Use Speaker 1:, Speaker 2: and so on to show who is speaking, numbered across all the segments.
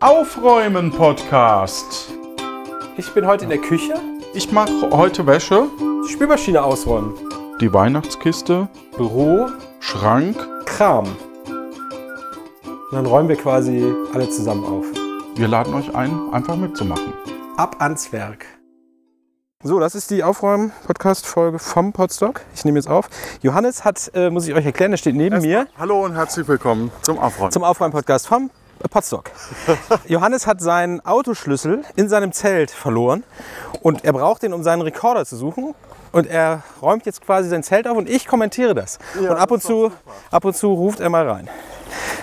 Speaker 1: Aufräumen Podcast.
Speaker 2: Ich bin heute in der Küche.
Speaker 1: Ich mache heute Wäsche,
Speaker 2: Die Spülmaschine ausräumen.
Speaker 1: die Weihnachtskiste,
Speaker 2: Büro,
Speaker 1: Schrank.
Speaker 2: Kram. Und dann räumen wir quasi alle zusammen auf.
Speaker 1: Wir laden euch ein, einfach mitzumachen.
Speaker 2: Ab ans Werk. So, das ist die Aufräumen-Podcast-Folge vom Podstock. Ich nehme jetzt auf. Johannes hat, äh, muss ich euch erklären, der steht neben mir
Speaker 1: Hallo und herzlich willkommen zum Aufräumen.
Speaker 2: zum Aufräumen-Podcast vom äh, Podstock. Johannes hat seinen Autoschlüssel in seinem Zelt verloren und er braucht den, um seinen Rekorder zu suchen. Und er räumt jetzt quasi sein Zelt auf und ich kommentiere das. und ab und, zu, ab und zu ruft er mal rein.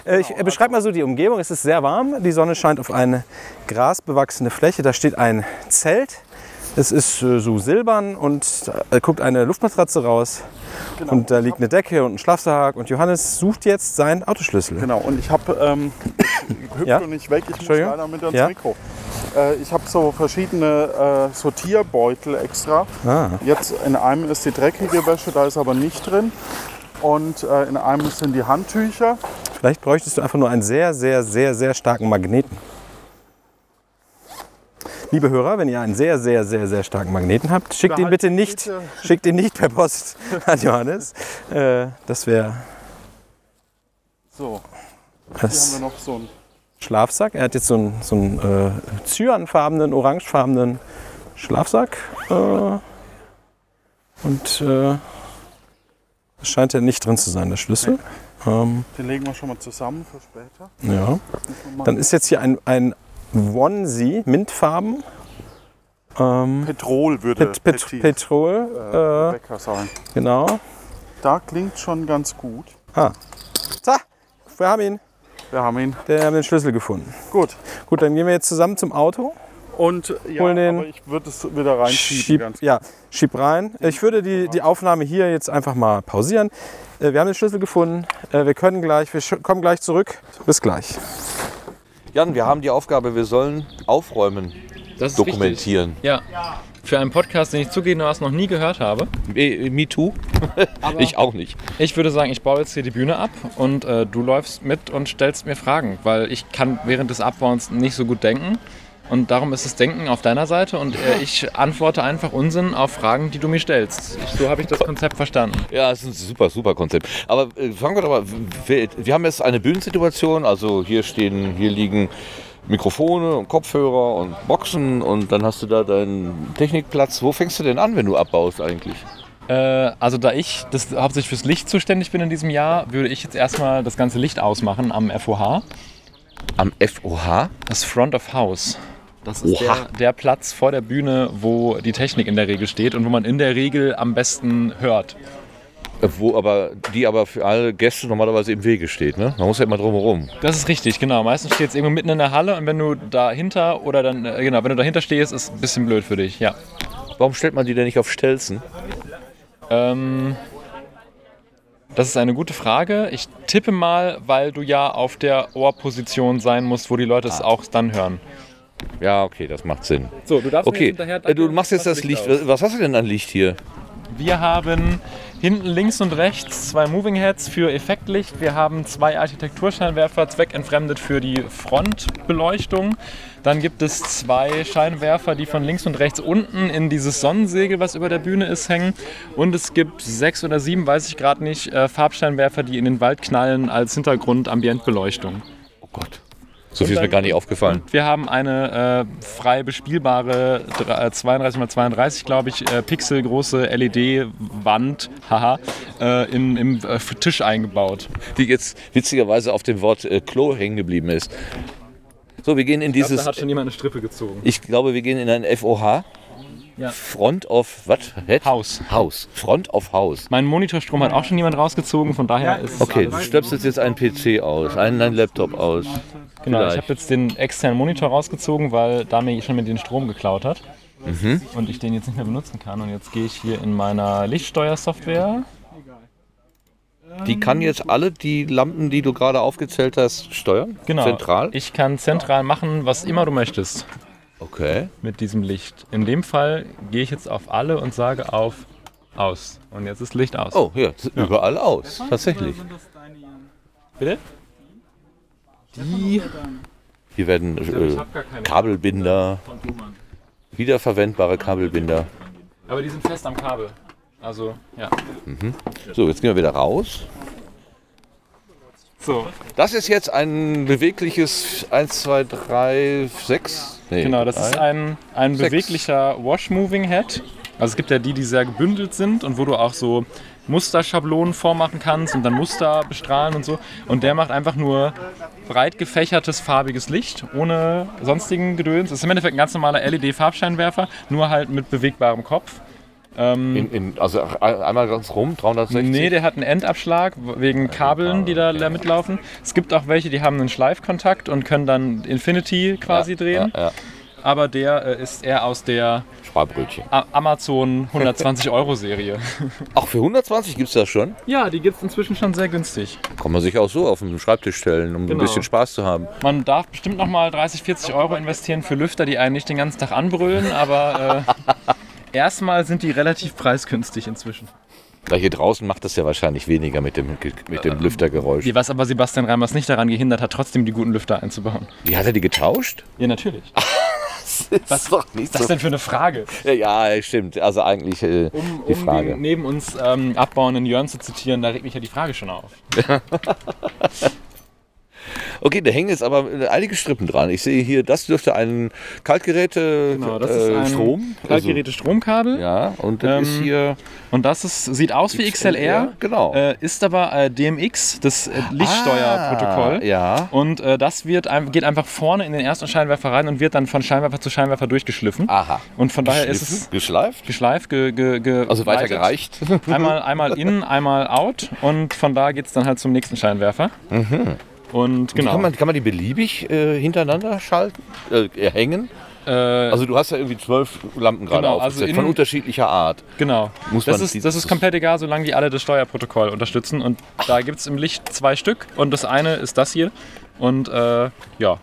Speaker 2: Äh, Ich äh, beschreibe mal so die Umgebung. Es ist sehr warm. Die Sonne scheint auf eine grasbewachsene Fläche. Da steht ein Zelt. Es ist äh, so silbern und da äh, guckt eine Luftmatratze raus. Und da liegt eine Decke und ein Schlafsack. Und Johannes sucht jetzt seinen Autoschlüssel.
Speaker 3: Genau, und ich habe, ähm, ich hüpf
Speaker 2: Ja?
Speaker 3: doch nicht weg, ich muss
Speaker 2: Entschuldigung?
Speaker 3: leider mit ans
Speaker 2: Ja?
Speaker 3: Mikro. Äh, ich habe so verschiedene äh, Sortierbeutel extra.
Speaker 2: Ah.
Speaker 3: Jetzt in einem ist die dreckige Wäsche, da ist aber nicht drin. Und äh, in einem sind die Handtücher.
Speaker 2: Vielleicht bräuchtest du einfach nur einen sehr, sehr, sehr, sehr starken Magneten. Liebe Hörer, wenn ihr einen sehr, sehr, sehr, sehr starken Magneten habt, schickt ihn
Speaker 3: Behaltet
Speaker 2: bitte nicht,
Speaker 3: bitte.
Speaker 2: schickt ihn nicht per Post an Johannes. Äh, das wäre
Speaker 3: So, hier haben wir
Speaker 2: das
Speaker 3: noch so einen
Speaker 2: Schlafsack. Er hat jetzt so einen, so einen äh, zyanfarbenen, orangefarbenen Schlafsack. Äh, und äh, es scheint ja nicht drin zu sein, der Schlüssel. Ähm,
Speaker 3: den legen wir schon mal zusammen für später.
Speaker 2: ja. Dann ist jetzt hier ein, ein Onesie, mintfarben, ähm,
Speaker 3: Petrol würde
Speaker 2: Pet Pet
Speaker 3: Petit,
Speaker 2: Petrol,
Speaker 3: Bäcker sein.
Speaker 2: äh, genau.
Speaker 3: Da klingt schon ganz gut.
Speaker 2: Ah, da, wir haben ihn,
Speaker 3: Wir haben ihn.
Speaker 2: wir haben den Schlüssel gefunden.
Speaker 3: Gut.
Speaker 2: Gut, dann gehen wir jetzt zusammen zum Auto.
Speaker 3: Und ja,
Speaker 2: Hol den-
Speaker 3: aber ich würde es wieder reinschieben. ganz
Speaker 2: ja, schieb rein. Ich würde die, die Aufnahme hier jetzt einfach mal pausieren. Äh, Wir haben den Schlüssel gefunden. Äh, Wir können gleich, wir sch- kommen gleich zurück. Bis gleich.
Speaker 4: Jan, wir haben die Aufgabe, wir sollen aufräumen,
Speaker 5: Das ist
Speaker 4: dokumentieren.
Speaker 5: Wichtig. Ja. Für einen Podcast, den ich zugegebenermaßen noch nie gehört habe.
Speaker 4: Me, me too? ich auch nicht.
Speaker 5: Ich würde sagen, ich baue jetzt hier die Bühne ab und äh, du läufst mit und stellst mir Fragen, weil ich kann während des Abbauens nicht so gut denken. Und darum ist das Denken auf deiner Seite und äh, ich antworte einfach Unsinn auf Fragen, die du mir stellst. Ich, so habe ich das Konzept verstanden.
Speaker 4: Ja, es ist ein super, super Konzept. Aber äh, fangen wir doch mal. Wir, wir haben jetzt eine Bühnensituation. Also hier stehen, hier liegen Mikrofone und Kopfhörer und Boxen und dann hast du da deinen Technikplatz. Wo fängst du denn an, wenn du abbaust eigentlich?
Speaker 5: Äh, also da ich das hauptsächlich fürs Licht zuständig bin in diesem Jahr, würde ich jetzt erstmal das ganze Licht ausmachen am FOH.
Speaker 4: Am FOH?
Speaker 5: Das Front of House. Das ist
Speaker 4: Oha.
Speaker 5: der, der Platz vor der Bühne, wo die Technik in der Regel steht und wo man in der Regel am besten hört.
Speaker 4: Äh, Wo aber, die aber für alle Gäste normalerweise im Wege steht. Ne? Man muss ja immer drumherum.
Speaker 5: Das ist richtig, genau. Meistens steht es irgendwo mitten in der Halle und wenn du dahinter oder dann, äh, genau, wenn du dahinter stehst, ist es ein bisschen blöd für dich, ja.
Speaker 4: Warum stellt man die denn nicht auf Stelzen?
Speaker 5: Ähm, das ist eine gute Frage. Ich tippe mal, weil du ja auf der Ohrposition sein musst, wo die Leute es auch dann hören.
Speaker 4: Ja, okay, das macht Sinn.
Speaker 5: Ah. So, du darfst
Speaker 4: Okay, äh, du machst jetzt das Licht. Was hast du denn an Licht hier?
Speaker 5: Wir haben hinten links und rechts zwei Moving Heads für Effektlicht. Wir haben zwei Architekturscheinwerfer zweckentfremdet für die Frontbeleuchtung. Dann gibt es zwei Scheinwerfer, die von links und rechts unten in dieses Sonnensegel, was über der Bühne ist, hängen. Und es gibt sechs oder sieben, weiß ich gerade nicht, äh, Farbscheinwerfer, die in den Wald knallen als Hintergrundambientbeleuchtung.
Speaker 4: Oh Gott. So viel ist mir gar nicht aufgefallen.
Speaker 5: Wir haben eine äh, frei bespielbare dr- äh, 32x32, glaube ich, äh, pixelgroße LED-Wand haha, äh, in, im äh, Tisch eingebaut.
Speaker 4: Die jetzt witzigerweise auf dem Wort äh, Klo hängen geblieben ist. So, wir gehen in dieses.
Speaker 5: schon jemand eine Strippe gezogen.
Speaker 4: Ich glaube, wir gehen in ein FOH.
Speaker 5: Ja.
Speaker 4: Front of what? Head?
Speaker 5: Haus.
Speaker 4: Haus. Front of House.
Speaker 5: Mein Monitorstrom hat auch schon jemand rausgezogen, von daher ist es
Speaker 4: Okay,
Speaker 5: alles-
Speaker 4: du stöpselst jetzt einen PC aus, einen, einen Laptop aus.
Speaker 5: Genau, ich
Speaker 4: Vielleicht.
Speaker 5: habe jetzt den externen Monitor rausgezogen, weil da mir schon mit den Strom geklaut hat.
Speaker 4: Mhm.
Speaker 5: Und ich den jetzt nicht mehr benutzen kann. Und jetzt gehe ich hier in meiner Lichtsteuersoftware.
Speaker 4: Die kann jetzt alle die Lampen, die du gerade aufgezählt hast, steuern?
Speaker 5: Genau.
Speaker 4: Zentral?
Speaker 5: Ich kann zentral machen, was immer du möchtest.
Speaker 4: Okay.
Speaker 5: mit diesem Licht. In dem Fall gehe ich jetzt auf alle und sage auf aus. Und jetzt ist Licht aus.
Speaker 4: Oh, ja, ja. überall aus. Tatsächlich.
Speaker 5: Bitte? Die
Speaker 4: Hier werden äh,
Speaker 5: hab gar keine
Speaker 4: Kabelbinder,
Speaker 5: von Blumen.
Speaker 4: wiederverwendbare Kabelbinder.
Speaker 5: Aber die sind fest am Kabel. Also, ja.
Speaker 4: So, jetzt gehen wir wieder raus.
Speaker 5: So,
Speaker 4: Das ist jetzt ein bewegliches 1, 2, 3, 6. Nee,
Speaker 5: genau, das ist
Speaker 4: drei.
Speaker 5: ein, ein
Speaker 4: Sechs.
Speaker 5: beweglicher Wash-Moving-Head. Also es gibt ja die, die sehr gebündelt sind und wo du auch so Musterschablonen vormachen kannst und dann Muster bestrahlen und so. Und der macht einfach nur breit gefächertes farbiges Licht ohne sonstigen Gedöns. Das ist im Endeffekt ein ganz normaler LED-Farbscheinwerfer, nur halt mit bewegbarem Kopf. Ähm,
Speaker 4: in, in, also ein- einmal ganz rum, 360.
Speaker 5: Nee, der hat einen Endabschlag wegen Kabeln, die da
Speaker 4: Kabel, okay.
Speaker 5: mitlaufen. Es gibt auch welche, die haben einen Schleifkontakt und können dann Infinity quasi drehen.
Speaker 4: Ja, ja.
Speaker 5: Aber der äh, ist eher aus der
Speaker 4: Sparbrötchen.
Speaker 5: A Amazon 120 Euro Serie.
Speaker 4: Auch für 120 gibt es das schon.
Speaker 5: Ja, die gibt es inzwischen schon sehr günstig.
Speaker 4: Kann man sich auch so auf den Schreibtisch stellen, um
Speaker 5: Genau.
Speaker 4: ein bisschen Spaß zu haben.
Speaker 5: Man darf bestimmt nochmal 30, 40 Euro investieren für Lüfter, die einen nicht den ganzen Tag anbrüllen, aber äh, erstmal sind die relativ preisgünstig inzwischen.
Speaker 4: Da hier draußen macht das ja wahrscheinlich weniger mit dem, mit
Speaker 5: Äh,
Speaker 4: dem Lüftergeräusch.
Speaker 5: Was aber Sebastian Reimers nicht daran gehindert hat, trotzdem die guten Lüfter einzubauen.
Speaker 4: Wie hat er die getauscht?
Speaker 5: Ja, natürlich. Was
Speaker 4: Das ist doch nicht
Speaker 5: ist das denn für eine Frage?
Speaker 4: Ja, stimmt. Also eigentlich äh,
Speaker 5: Um,
Speaker 4: die
Speaker 5: um
Speaker 4: Frage.
Speaker 5: den neben uns ähm, abbauenden Jörn zu zitieren, da regt mich ja die Frage schon auf.
Speaker 4: Okay, da hängen jetzt aber äh, einige Strippen dran. Ich sehe hier, das dürfte ein Kaltgeräte
Speaker 5: Genau,
Speaker 4: äh, Strom.
Speaker 5: Kaltgeräte Stromkabel.
Speaker 4: Also, ja, und das
Speaker 5: Ähm,
Speaker 4: ist hier
Speaker 5: Und das ist, sieht aus wie XLR,
Speaker 4: genau.
Speaker 5: äh, ist aber äh, DMX, das äh, Lichtsteuerprotokoll.
Speaker 4: Ah, ja.
Speaker 5: Und äh, das wird, ein- geht einfach vorne in den ersten Scheinwerfer rein und wird dann von Scheinwerfer zu Scheinwerfer durchgeschliffen.
Speaker 4: Aha.
Speaker 5: Und von daher ist
Speaker 4: Ah, Geschliffen?
Speaker 5: es
Speaker 4: geschleift.
Speaker 5: geschleift, ge, ge, ge
Speaker 4: Also weitergereicht.
Speaker 5: Einmal, einmal innen, einmal out. Und von da geht es dann halt zum nächsten Scheinwerfer.
Speaker 4: Mhm.
Speaker 5: Und genau.
Speaker 4: Kann, man, kann man die beliebig äh, hintereinander schalten, äh, hängen?
Speaker 5: äh,
Speaker 4: Also du hast ja irgendwie zwölf Lampen gerade
Speaker 5: Genau, also
Speaker 4: aufgesetzt,
Speaker 5: in-
Speaker 4: von unterschiedlicher Art.
Speaker 5: Genau.
Speaker 4: Muss
Speaker 5: das,
Speaker 4: man
Speaker 5: ist, das
Speaker 4: dieses-
Speaker 5: ist komplett egal, solange die alle das Steuerprotokoll unterstützen. Und da gibt es im Licht zwei Stück und das eine ist das hier. Und äh, ja.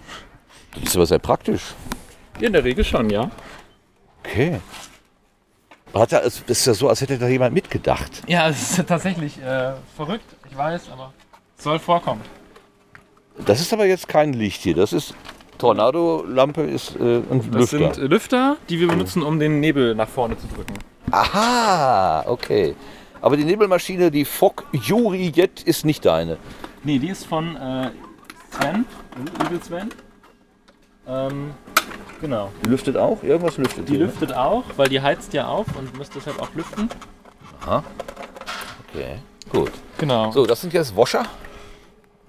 Speaker 4: Das ist aber sehr praktisch.
Speaker 5: In der Regel schon, ja.
Speaker 4: Okay. Hat er, es ist ja so, als hätte da jemand mitgedacht.
Speaker 5: Ja, es ist tatsächlich äh, verrückt, ich weiß, aber es soll vorkommen.
Speaker 4: Das ist aber jetzt kein Licht hier. Das ist Tornado-Lampe ist äh, ein
Speaker 5: Das
Speaker 4: Lüfter.
Speaker 5: sind äh, Lüfter, die wir benutzen, um den Nebel nach vorne zu drücken.
Speaker 4: Aha, okay. Aber die Nebelmaschine, die Fock Yuri Jet, ist nicht deine.
Speaker 5: Nee, die ist von äh, Sven, Evil Sven. Ähm, genau.
Speaker 4: Die lüftet auch? Irgendwas lüftet
Speaker 5: Die
Speaker 4: ne?
Speaker 5: lüftet auch, weil die heizt ja auf und müsste deshalb auch lüften.
Speaker 4: Okay, gut.
Speaker 5: Genau.
Speaker 4: So, das sind jetzt Wascher.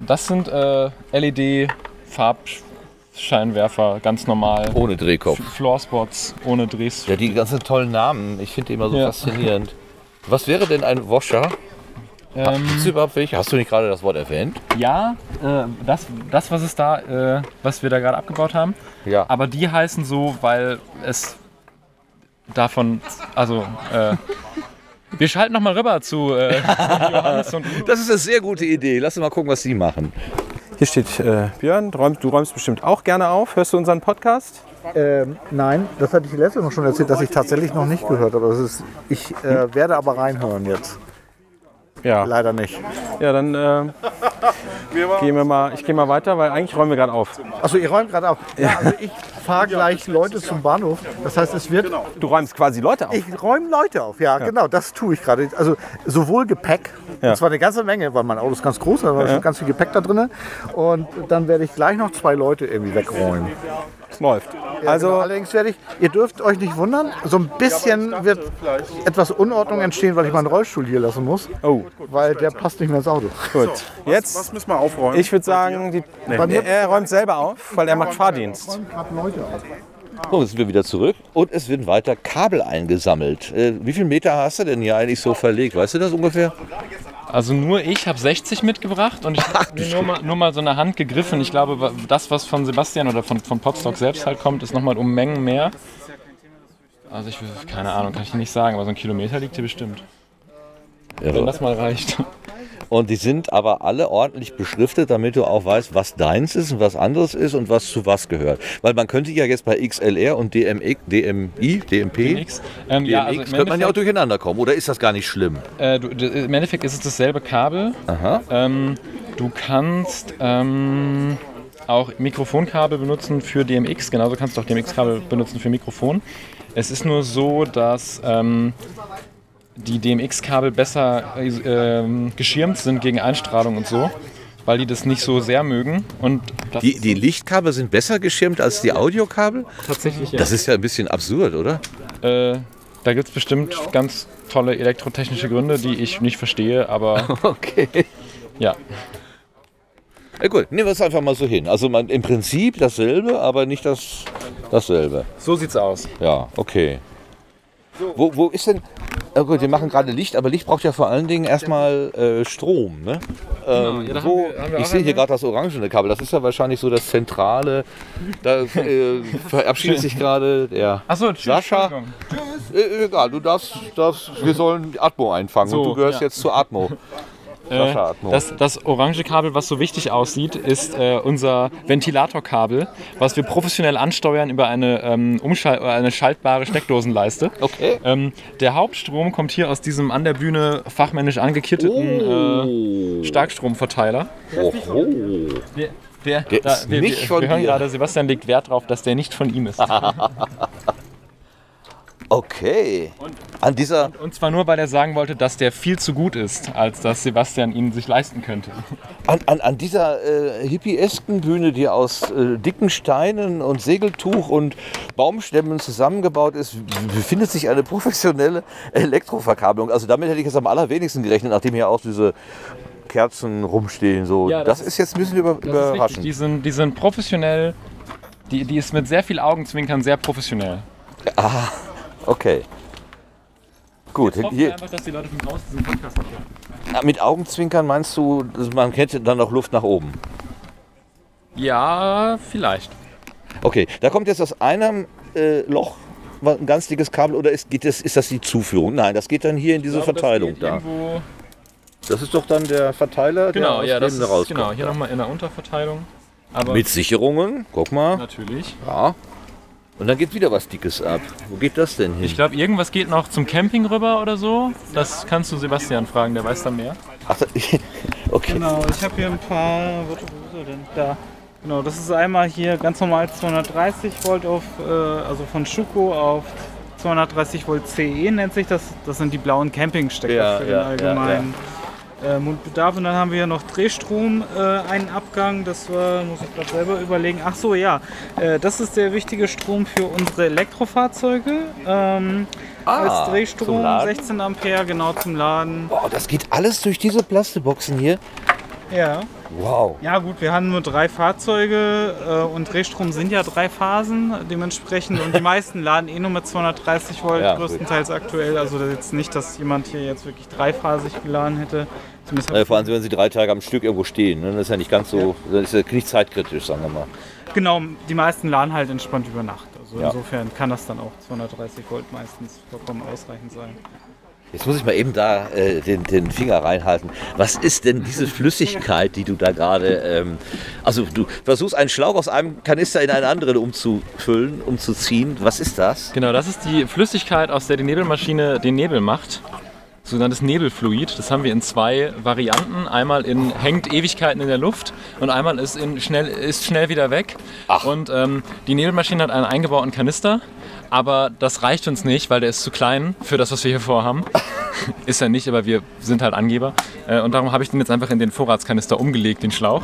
Speaker 5: Das sind äh, LED-Farbscheinwerfer, ganz normal.
Speaker 4: Ohne Drehkopf.
Speaker 5: Floorspots ohne Drehs.
Speaker 4: Ja, die ganzen tollen Namen. Ich finde die immer so
Speaker 5: Ja.
Speaker 4: faszinierend. Was wäre denn ein Washer? Gibt's
Speaker 5: Ähm,
Speaker 4: überhaupt welche? Hast du nicht gerade das Wort erwähnt?
Speaker 5: ja, äh, das, das, was es da, äh, was wir da gerade abgebaut haben.
Speaker 4: Ja.
Speaker 5: Aber die heißen so, weil es davon, also, äh, wir schalten nochmal rüber zu äh, Johannes und Udo.
Speaker 4: Das ist eine sehr gute Idee. Lass uns mal gucken, was die machen.
Speaker 2: Hier steht äh, Björn, räumst, du räumst bestimmt auch gerne auf. Hörst du unseren Podcast?
Speaker 6: Ähm, nein, das hatte ich letztes Mal schon erzählt, dass ich tatsächlich noch nicht gehört habe. Das ist, ich äh, werde aber reinhören jetzt.
Speaker 2: Ja.
Speaker 6: Leider nicht.
Speaker 2: Ja, dann äh, gehen wir mal, ich gehe mal weiter, weil eigentlich räumen wir gerade auf.
Speaker 6: Achso, ihr räumt gerade auf. Ja, also ich fahre gleich Leute zum Bahnhof. Das heißt, es wird.
Speaker 2: Du räumst quasi Leute auf.
Speaker 6: Ich räume Leute auf. Ja, genau, das tue ich gerade. Also sowohl Gepäck,
Speaker 2: Ja.
Speaker 6: und zwar eine ganze Menge, weil mein Auto ist ganz groß, da war schon ganz viel Gepäck da drin. Und dann werde ich gleich noch zwei Leute irgendwie wegräumen.
Speaker 2: Läuft.
Speaker 6: Genau,
Speaker 2: Also
Speaker 6: allerdings werde ich, ihr dürft euch nicht wundern, so ein bisschen wird etwas Unordnung entstehen, weil ich meinen Rollstuhl hier lassen muss.
Speaker 2: Oh.
Speaker 6: Weil der passt nicht mehr ins Auto.
Speaker 2: gut.
Speaker 3: Was
Speaker 2: Jetzt,
Speaker 3: müssen wir aufräumen?
Speaker 2: ich würde sagen, die, er, er räumt selber auf, weil er macht Fahrdienst.
Speaker 4: So, jetzt sind wir wieder zurück und es werden weiter Kabel eingesammelt. Äh, wie viele Meter hast du denn hier eigentlich so verlegt? Weißt du das ungefähr?
Speaker 5: Also nur ich habe 60 mitgebracht und ich habe mir nur mal, nur mal so eine Hand gegriffen. Ich glaube, wa- das, was von Sebastian oder von, von Podstock selbst halt kommt, ist nochmal um Mengen mehr. Also ich will- keine Ahnung, kann ich nicht sagen, aber so ein Kilometer liegt hier bestimmt. Wenn das mal reicht.
Speaker 4: Und die sind aber alle ordentlich beschriftet, damit du auch weißt, was deins ist und was anderes ist und was zu was gehört. Weil man könnte ja jetzt bei XLR und DMX, DMI, DMP, DMX,
Speaker 5: Nix. Ähm, ja, also im
Speaker 4: könnte man ja auch
Speaker 5: Endeffekt,
Speaker 4: durcheinander kommen. Oder ist das gar nicht schlimm?
Speaker 5: äh, du, d- im Endeffekt ist es dasselbe Kabel.
Speaker 4: Aha.
Speaker 5: Ähm, du kannst ähm, auch Mikrofonkabel benutzen für DMX. Genauso kannst du auch DMX-Kabel benutzen für Mikrofon. Es ist nur so, dass ähm, die DMX-Kabel besser äh, ähm, geschirmt sind gegen Einstrahlung und so, weil die das nicht so sehr mögen. Und das
Speaker 4: Die, die Lichtkabel sind besser geschirmt als die Audiokabel?
Speaker 5: tatsächlich
Speaker 4: Das ist ja ein bisschen absurd, oder?
Speaker 5: Äh, da gibt es bestimmt ganz tolle elektrotechnische Gründe, die ich nicht verstehe, aber
Speaker 4: Okay.
Speaker 5: ja.
Speaker 4: Na gut, nehmen wir es einfach mal so hin. Also man, im Prinzip dasselbe, aber nicht das, dasselbe.
Speaker 5: So sieht's aus.
Speaker 4: Ja, okay. Wo, wo ist denn. Oh gut, wir machen gerade Licht, aber Licht braucht ja vor allen Dingen erstmal äh, Strom. Ne? Ähm,
Speaker 5: Genau, ja, da haben
Speaker 4: wo,
Speaker 5: wir- haben wir
Speaker 4: ich
Speaker 5: auch
Speaker 4: sehe hier
Speaker 5: eine.
Speaker 4: gerade das orangene Kabel. Das ist ja wahrscheinlich so das zentrale. Da äh, verabschiedet sich gerade der.
Speaker 5: Achso,
Speaker 4: Sascha? Entschuldigung. Äh, egal, du darfst, darfst. Wir sollen Atmo einfangen. und
Speaker 5: So,
Speaker 4: du gehörst
Speaker 5: ja. Äh,
Speaker 4: jetzt zu Atmo. Sascha Atmo.
Speaker 5: Das, das orange Kabel, was so wichtig aussieht, ist äh, unser Ventilatorkabel, was wir professionell ansteuern über eine, ähm, umschal- oder eine schaltbare Steckdosenleiste.
Speaker 4: okay.
Speaker 5: Ähm, der Hauptstrom kommt hier aus diesem an der Bühne fachmännisch angekitteten
Speaker 4: Oh.
Speaker 5: äh, Starkstromverteiler.
Speaker 4: Oho.
Speaker 5: Der, der,
Speaker 4: Der
Speaker 5: da,
Speaker 4: ist
Speaker 5: wir,
Speaker 4: nicht
Speaker 5: wir,
Speaker 4: von
Speaker 5: wir hören
Speaker 4: dir.
Speaker 5: gerade, Sebastian legt Wert darauf, dass der nicht von ihm ist.
Speaker 4: Okay. An dieser.
Speaker 5: Und zwar nur, weil er sagen wollte, dass der viel zu gut ist, als dass Sebastian ihn sich leisten könnte.
Speaker 4: An, an, an dieser äh, hippiesken Bühne, die aus äh, dicken Steinen und Segeltuch und Baumstämmen zusammengebaut ist, befindet sich eine professionelle Elektroverkabelung. Also damit hätte ich jetzt am allerwenigsten gerechnet, nachdem hier auch diese Kerzen rumstehen. So.
Speaker 5: Ja,
Speaker 4: das,
Speaker 5: das
Speaker 4: ist jetzt ein bisschen über, überraschend.
Speaker 5: Die sind, die sind professionell, die, die ist mit sehr viel Augenzwinkern sehr professionell.
Speaker 4: okay. Gut,
Speaker 5: Ich hoffe
Speaker 4: hier,
Speaker 5: einfach, dass die Leute von draußen diesen Podcast nicht hören.
Speaker 4: mit Augenzwinkern meinst du, man hätte dann noch Luft nach oben?
Speaker 5: Ja, vielleicht.
Speaker 4: Okay, da kommt jetzt aus einem äh, Loch wa- ein ganz dickes Kabel oder ist, geht das, ist das die Zuführung? Nein, das geht dann hier in diese Verteilung da.
Speaker 5: Irgendwo,
Speaker 4: Das ist doch dann der Verteiler,
Speaker 5: genau, ja, das
Speaker 4: dem
Speaker 5: ist,
Speaker 4: rauskommt.
Speaker 5: genau, hier nochmal in der Unterverteilung. Aber
Speaker 4: Mit Sicherungen, guck mal.
Speaker 5: natürlich.
Speaker 4: Ja. Und dann geht wieder was Dickes ab. Wo geht das denn hin?
Speaker 5: Ich glaube, irgendwas geht noch zum Camping rüber oder so. Das kannst du Sebastian fragen, der weiß da mehr.
Speaker 4: Ach, da- okay.
Speaker 7: Genau, ich habe hier ein paar. Warte, wo ist er denn? Da. Genau, das ist einmal hier ganz normal 230 Volt auf, äh, also von Schuko auf 230 Volt CE nennt sich das. Das sind die blauen Campingstecker
Speaker 4: Ja,
Speaker 7: für
Speaker 4: ja, ja,
Speaker 7: den allgemeinen äh, Mundbedarf. Und dann haben wir hier noch Drehstrom, äh, einen Abgang. Das war, muss ich gerade selber überlegen. Ach so, ja, äh, das ist der wichtige Strom für unsere Elektrofahrzeuge. Ähm,
Speaker 4: Ah,
Speaker 7: als
Speaker 4: zum
Speaker 7: Drehstrom
Speaker 4: Laden?
Speaker 7: 16 Ampere genau zum Laden.
Speaker 4: Boah, das geht alles durch diese Plastikboxen hier.
Speaker 7: Ja.
Speaker 4: Wow.
Speaker 7: Ja gut, wir haben nur drei Fahrzeuge äh, und Drehstrom sind ja drei Phasen dementsprechend und die meisten laden eh nur mit 230 Volt
Speaker 4: Ja, gut.
Speaker 7: größtenteils aktuell. Also das ist jetzt nicht, dass jemand hier jetzt wirklich dreiphasig geladen hätte. Zumindest hab
Speaker 4: Äh, vor allem, wenn sie drei Tage am Stück irgendwo stehen. Ne? Das ist ja nicht ganz so, das ist ja nicht zeitkritisch, sagen wir mal.
Speaker 7: ich- genau, die meisten laden halt entspannt über Nacht. Also
Speaker 4: Ja.
Speaker 7: insofern kann das dann auch 230 Volt meistens vollkommen ausreichend sein.
Speaker 4: Jetzt muss ich mal eben da äh, den, den Finger reinhalten. Was ist denn diese Flüssigkeit, die du da gerade. Ähm, also, du versuchst einen Schlauch aus einem Kanister in einen anderen umzufüllen, umzuziehen. Was ist das?
Speaker 5: Genau, das ist die Flüssigkeit, aus der die Nebelmaschine den Nebel macht. Sogenanntes Nebelfluid. Das haben wir in zwei Varianten. Einmal in hängt Ewigkeiten in der Luft und einmal ist, in schnell, ist schnell wieder weg. Und ähm, die Nebelmaschine hat einen eingebauten Kanister, aber das reicht uns nicht, weil der ist zu klein für das, was wir hier vorhaben. ist er nicht, aber wir sind halt Angeber. Äh, und darum habe ich den jetzt einfach in den Vorratskanister umgelegt, den Schlauch.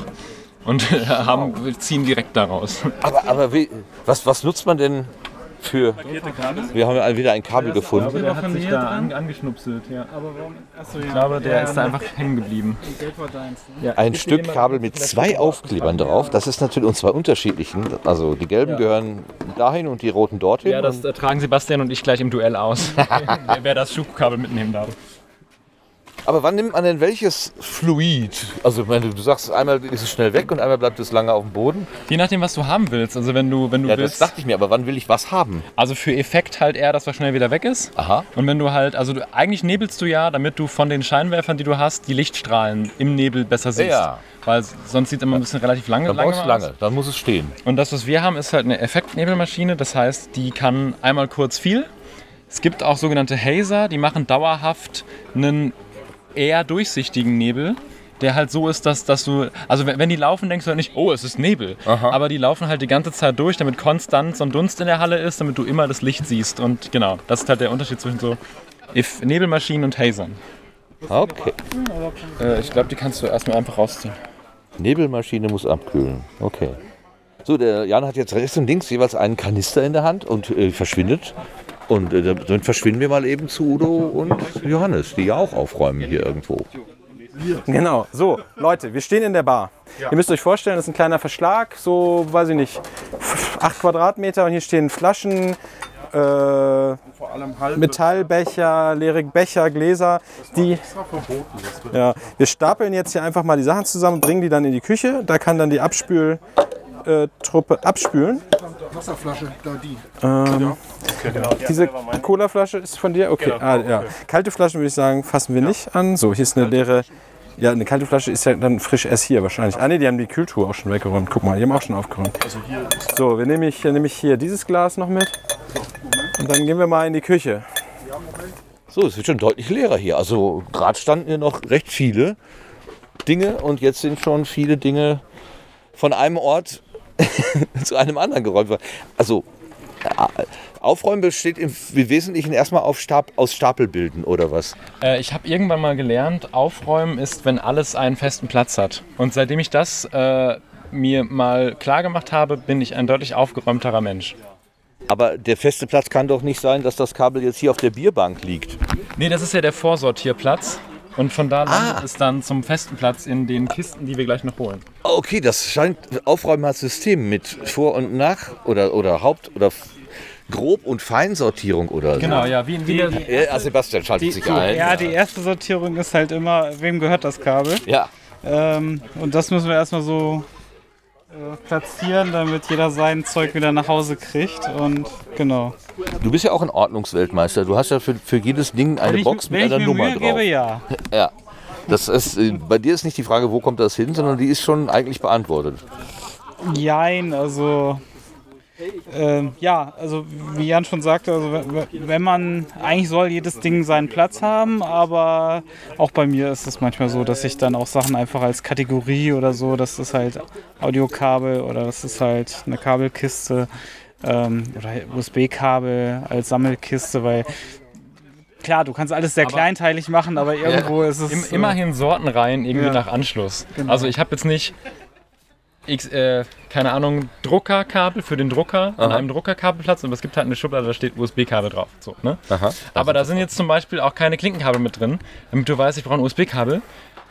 Speaker 5: Und äh, haben, wir ziehen direkt daraus.
Speaker 4: Aber, aber wie, was, was nutzt man denn für. Wir haben ja wieder ein Kabel gefunden.
Speaker 7: der hat sich da an-
Speaker 5: angeschnupselt, ja.
Speaker 7: Aber warum? Achso, ja.
Speaker 5: Ich glaube, der ist da einfach hängen geblieben.
Speaker 7: Geld war deins. Ne?
Speaker 4: Ein Stück Kabel mit zwei Aufklebern drauf. Das ist natürlich und zwei unterschiedlichen. Also, die gelben gehören dahin und die roten dorthin.
Speaker 5: Ja, das
Speaker 4: und-
Speaker 5: äh, tragen Sebastian und ich gleich im Duell aus. wer, wer das Schubkabel mitnehmen darf.
Speaker 4: Aber wann nimmt man denn welches Fluid? Also ich meine, du sagst, einmal ist es schnell weg und einmal bleibt es lange auf dem Boden.
Speaker 5: Je nachdem, was du haben willst. Also wenn du, wenn du
Speaker 4: Ja, das
Speaker 5: willst.
Speaker 4: dachte ich mir, aber wann will ich was haben?
Speaker 5: Also für Effekt halt eher, dass er schnell wieder weg ist.
Speaker 4: Aha.
Speaker 5: Und wenn du halt, also du, eigentlich nebelst du ja, damit du von den Scheinwerfern, die du hast, die Lichtstrahlen im Nebel besser siehst.
Speaker 4: Ja.
Speaker 5: Weil s- sonst sieht immer ein bisschen relativ lange,
Speaker 4: Dann brauchst du
Speaker 5: aus.
Speaker 4: lange, dann muss es stehen.
Speaker 5: Und das, was wir haben, ist halt eine Effektnebelmaschine. Das heißt, die kann einmal kurz viel. Es gibt auch sogenannte Hazer, die machen dauerhaft einen eher durchsichtigen Nebel, der halt so ist, dass, dass du, also wenn wenn die laufen, denkst du halt nicht, oh, es ist Nebel. Aber die laufen halt die ganze Zeit durch, damit konstant so ein Dunst in der Halle ist, damit du immer das Licht siehst. Und genau, das ist halt der Unterschied zwischen so if Nebelmaschinen und Hazern.
Speaker 4: Okay.
Speaker 5: Äh, ich glaube, die kannst du erstmal einfach rausziehen.
Speaker 4: Nebelmaschine muss abkühlen. Okay. So, der Jan hat jetzt rechts und links jeweils einen Kanister in der Hand und äh, verschwindet. Und äh, dann verschwinden wir mal eben zu Udo und Johannes, die ja auch aufräumen hier irgendwo.
Speaker 2: Genau, so, Leute, wir stehen in der Bar. Ihr müsst euch vorstellen, das ist ein kleiner Verschlag, so, weiß ich nicht, f- acht Quadratmeter und hier stehen Flaschen, äh,
Speaker 3: Vor allem halb.
Speaker 2: Metallbecher, leere Becher, Gläser, die. Ja, wir stapeln jetzt hier einfach mal die Sachen zusammen und bringen die dann in die Küche. Da kann dann die Abspül. Äh, Truppe abspülen. Ähm,
Speaker 8: Wasserflasche, da die.
Speaker 2: Diese Colaflasche ist von dir? Okay. ah, ja. Kalte Flaschen würde ich sagen, fassen wir nicht an. So, hier ist eine leere. Ja, eine kalte Flasche ist ja dann frisch erst hier wahrscheinlich. Ah ne, die haben die Kühltruhe auch schon weggeräumt. Guck mal, die haben auch schon aufgeräumt. So, wir nehme ich, nehme ich hier dieses Glas noch mit. Und dann gehen wir mal in die Küche.
Speaker 4: So, es wird schon deutlich leerer hier. Also gerade standen hier noch recht viele Dinge und jetzt sind schon viele Dinge von einem Ort zu einem anderen geräumt worden. Also äh, Aufräumen besteht im Wesentlichen erstmal auf Stab, aus Stapelbilden oder was?
Speaker 5: Äh, ich habe irgendwann mal gelernt, aufräumen ist, wenn alles einen festen Platz hat. Und seitdem ich das äh, mir mal klar gemacht habe, bin ich ein deutlich aufgeräumterer Mensch.
Speaker 4: Aber der feste Platz kann doch nicht sein, dass das Kabel jetzt hier auf der Bierbank liegt.
Speaker 5: Nee, das ist ja der Vorsortierplatz. Und von da landet es dann zum festen Platz in den Kisten, die wir gleich noch holen.
Speaker 4: Okay, das scheint Aufräumen als System mit Vor- und Nach- oder, oder Haupt- oder F- Grob- und Feinsortierung oder
Speaker 5: Genau, ja, wie in Wien.
Speaker 4: so. Ja, ah, Sebastian schaltet sich ein.
Speaker 7: Ja, die erste Sortierung ist halt immer, wem gehört das Kabel?
Speaker 4: ja.
Speaker 7: Ähm, und das müssen wir erstmal so äh, platzieren, damit jeder sein Zeug wieder nach Hause kriegt. Und genau.
Speaker 4: Du bist ja auch ein Ordnungsweltmeister. Du hast ja für, für jedes Ding eine
Speaker 7: Wenn
Speaker 4: Box
Speaker 7: ich,
Speaker 4: mit
Speaker 7: wenn
Speaker 4: einer
Speaker 7: ich mir
Speaker 4: Nummer
Speaker 7: Mühe
Speaker 4: drauf.
Speaker 7: gebe, ja.
Speaker 4: Ja. Das ist, äh, bei dir ist nicht die Frage, wo kommt das hin, sondern die ist schon eigentlich beantwortet.
Speaker 7: Jein, also. Ähm, ja, also wie Jan schon sagte, also we- we- wenn man eigentlich soll jedes Ding seinen Platz haben, aber auch bei mir ist es manchmal so, dass ich dann auch Sachen einfach als Kategorie oder so, das ist halt Audiokabel oder das ist halt eine Kabelkiste ähm, oder USB-Kabel als Sammelkiste, weil klar, du kannst alles sehr kleinteilig machen, aber irgendwo ist es
Speaker 5: Im,
Speaker 7: äh,
Speaker 5: immerhin Sortenreihen irgendwie
Speaker 7: Ja.
Speaker 5: nach Anschluss. Also ich habe jetzt nicht, X, äh, keine Ahnung, Druckerkabel für den Drucker an einem Druckerkabelplatz, aber es gibt halt eine Schublade, da steht USB-Kabel drauf. So, ne? Aber da sind jetzt zum Beispiel auch keine Klinkenkabel mit drin, damit du weißt, ich brauche ein USB-Kabel.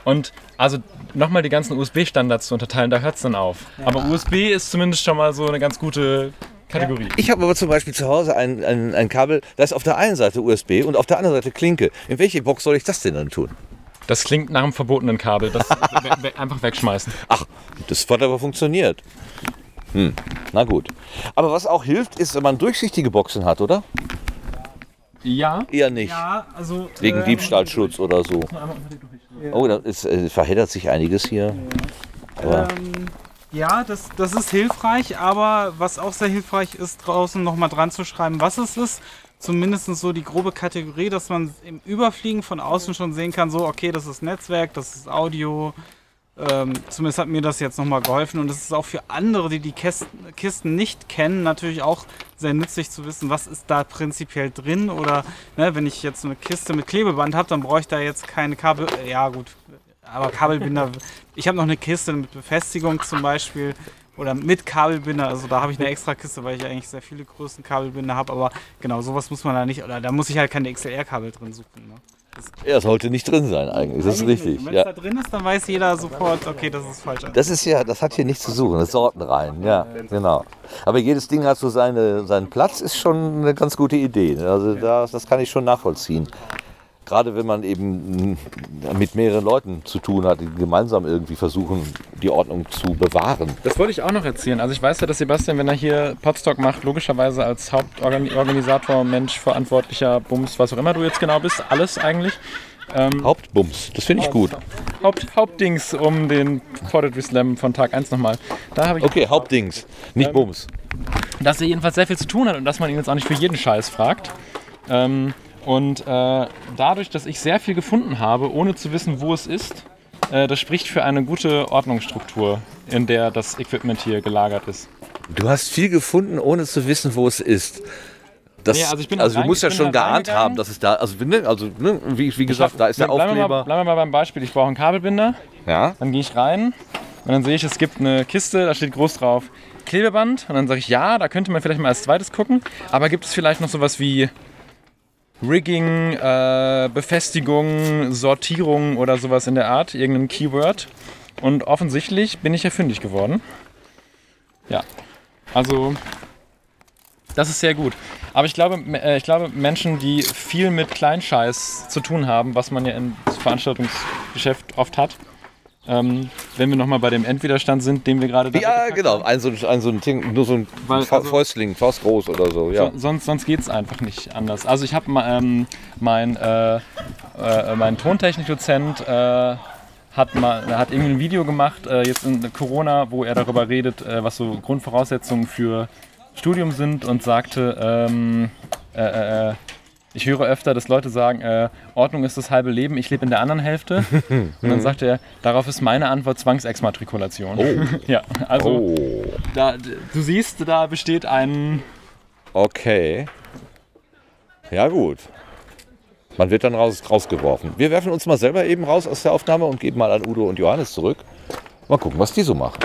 Speaker 5: Und also nochmal die ganzen USB-Standards zu unterteilen, da hört es dann auf. Aber USB ist zumindest schon mal so eine ganz gute Kategorie.
Speaker 4: Ich habe aber zum Beispiel zu Hause ein, ein, ein Kabel, da ist auf der einen Seite USB und auf der anderen Seite Klinke. In welche Box soll ich das denn dann tun?
Speaker 5: Das klingt nach einem verbotenen Kabel, das we- we- einfach wegschmeißen.
Speaker 4: Ach, das hat aber funktioniert. Hm, na gut. Aber was auch hilft, ist, wenn man durchsichtige Boxen hat, oder?
Speaker 5: Ja,
Speaker 4: Eher nicht.
Speaker 7: ja, also,
Speaker 4: Wegen
Speaker 7: äh,
Speaker 4: Diebstahlschutz oder so. Oh, da ist, äh, verheddert sich einiges hier. Aber
Speaker 7: Ähm, ja, das, das ist hilfreich, aber was auch sehr hilfreich ist, draußen nochmal dran zu schreiben, was es ist. Zumindest so die grobe Kategorie, dass man im Überfliegen von außen schon sehen kann, so, okay, das ist Netzwerk, das ist Audio. Ähm, zumindest hat mir das jetzt nochmal geholfen und es ist auch für andere, die die Kästen, Kisten nicht kennen, natürlich auch sehr nützlich zu wissen, was ist da prinzipiell drin oder ne, wenn ich jetzt so eine Kiste mit Klebeband habe, dann brauche ich da jetzt keine Kabel, ja gut, aber Kabelbinder, ich habe noch eine Kiste mit Befestigung zum Beispiel oder mit Kabelbinder, also da habe ich eine extra Kiste, weil ich eigentlich sehr viele Größen Kabelbinder habe, aber genau, sowas muss man da nicht, oder da muss ich halt keine XLR-Kabel drin suchen. Ne?
Speaker 4: er sollte nicht drin sein eigentlich. Das ist richtig.
Speaker 7: Wenn es
Speaker 4: Ja.
Speaker 7: da drin ist, dann weiß jeder sofort, okay, das ist falsch.
Speaker 4: Das ist ja, das hat hier nichts zu suchen. Das Sorten rein, ja, genau. Aber jedes Ding hat so seine, seinen Platz, ist schon eine ganz gute Idee. Also das, das kann ich schon nachvollziehen. Gerade wenn man eben mit mehreren Leuten zu tun hat, die gemeinsam irgendwie versuchen, die Ordnung zu bewahren.
Speaker 5: Das wollte ich auch noch erzählen. Also ich weiß ja, dass Sebastian, wenn er hier Podstock macht, logischerweise als Hauptorganisator, Mensch, Verantwortlicher, Bums, was auch immer du jetzt genau bist, alles eigentlich,
Speaker 7: Mhm.
Speaker 4: Hauptbums, das finde ich gut.
Speaker 5: Haupt, Hauptdings um den Fortnite Slam von Tag 1 nochmal. Da habe ich,
Speaker 4: Okay, Hauptdings,
Speaker 7: Ähm,
Speaker 4: nicht Bums.
Speaker 5: dass er jedenfalls sehr viel zu tun hat und dass man ihn jetzt auch nicht für jeden Scheiß fragt. Ähm, und äh, dadurch, dass ich sehr viel gefunden habe, ohne zu wissen, wo es ist, Äh, das spricht für eine gute Ordnungsstruktur, in der das Equipment hier gelagert ist.
Speaker 4: Du hast viel gefunden, ohne zu wissen, wo es ist. Das,
Speaker 5: Nee,
Speaker 4: also
Speaker 5: also ich bin
Speaker 4: also du
Speaker 5: rein-
Speaker 4: musst ja
Speaker 5: ich bin
Speaker 4: schon
Speaker 5: da
Speaker 4: geahnt
Speaker 5: reingegangen.
Speaker 4: haben, dass es da, also, ne, also ne, wie, wie gesagt, da ist der
Speaker 5: bleiben Wir mal,
Speaker 4: Aufkleber.
Speaker 5: bleiben wir mal beim Beispiel. Ich brauche einen Kabelbinder,
Speaker 4: Ja,
Speaker 5: dann gehe ich rein und dann sehe ich, es gibt eine Kiste, da steht groß drauf Klebeband. Und dann sage ich, ja, da könnte man vielleicht mal als zweites gucken. Aber gibt es vielleicht noch sowas wie Rigging, äh, Befestigung, Sortierung oder sowas in der Art, irgendein Keyword? Und offensichtlich bin ich ja fündig geworden. Ja, also das ist sehr gut. Aber ich glaube, m- äh, ich glaube, Menschen, die viel mit Kleinscheiß zu tun haben, was man ja im Veranstaltungsgeschäft oft hat, ähm, wenn wir nochmal bei dem Endwiderstand sind, den wir gerade da
Speaker 4: ja
Speaker 5: weggepackt
Speaker 4: genau, ein so, ein- ein so ein Ding, nur so ein
Speaker 5: Weil,
Speaker 4: Fa
Speaker 5: also-
Speaker 4: Fäustling, Faustgroß oder so, ja.
Speaker 5: So, sonst sonst geht es einfach nicht anders. Also ich habe ähm, mein, äh, äh, mein Tontechnikdozent äh, hat, mal, hat irgendwie ein Video gemacht, äh, jetzt in Corona, wo er darüber redet, äh, was so Grundvoraussetzungen für Studium sind und sagte, ähm, äh, äh, äh, ich höre öfter, dass Leute sagen, äh, Ordnung ist das halbe Leben, ich lebe in der anderen Hälfte. und dann sagt er, darauf ist meine Antwort Zwangsexmatrikulation. Oh. ja, also
Speaker 4: Oh,
Speaker 5: da, du siehst, da besteht ein
Speaker 4: okay. Ja gut. Man wird dann raus, rausgeworfen. Wir werfen uns mal selber eben raus aus der Aufnahme und geben mal an Udo und Johannes zurück. Mal gucken, was die so machen.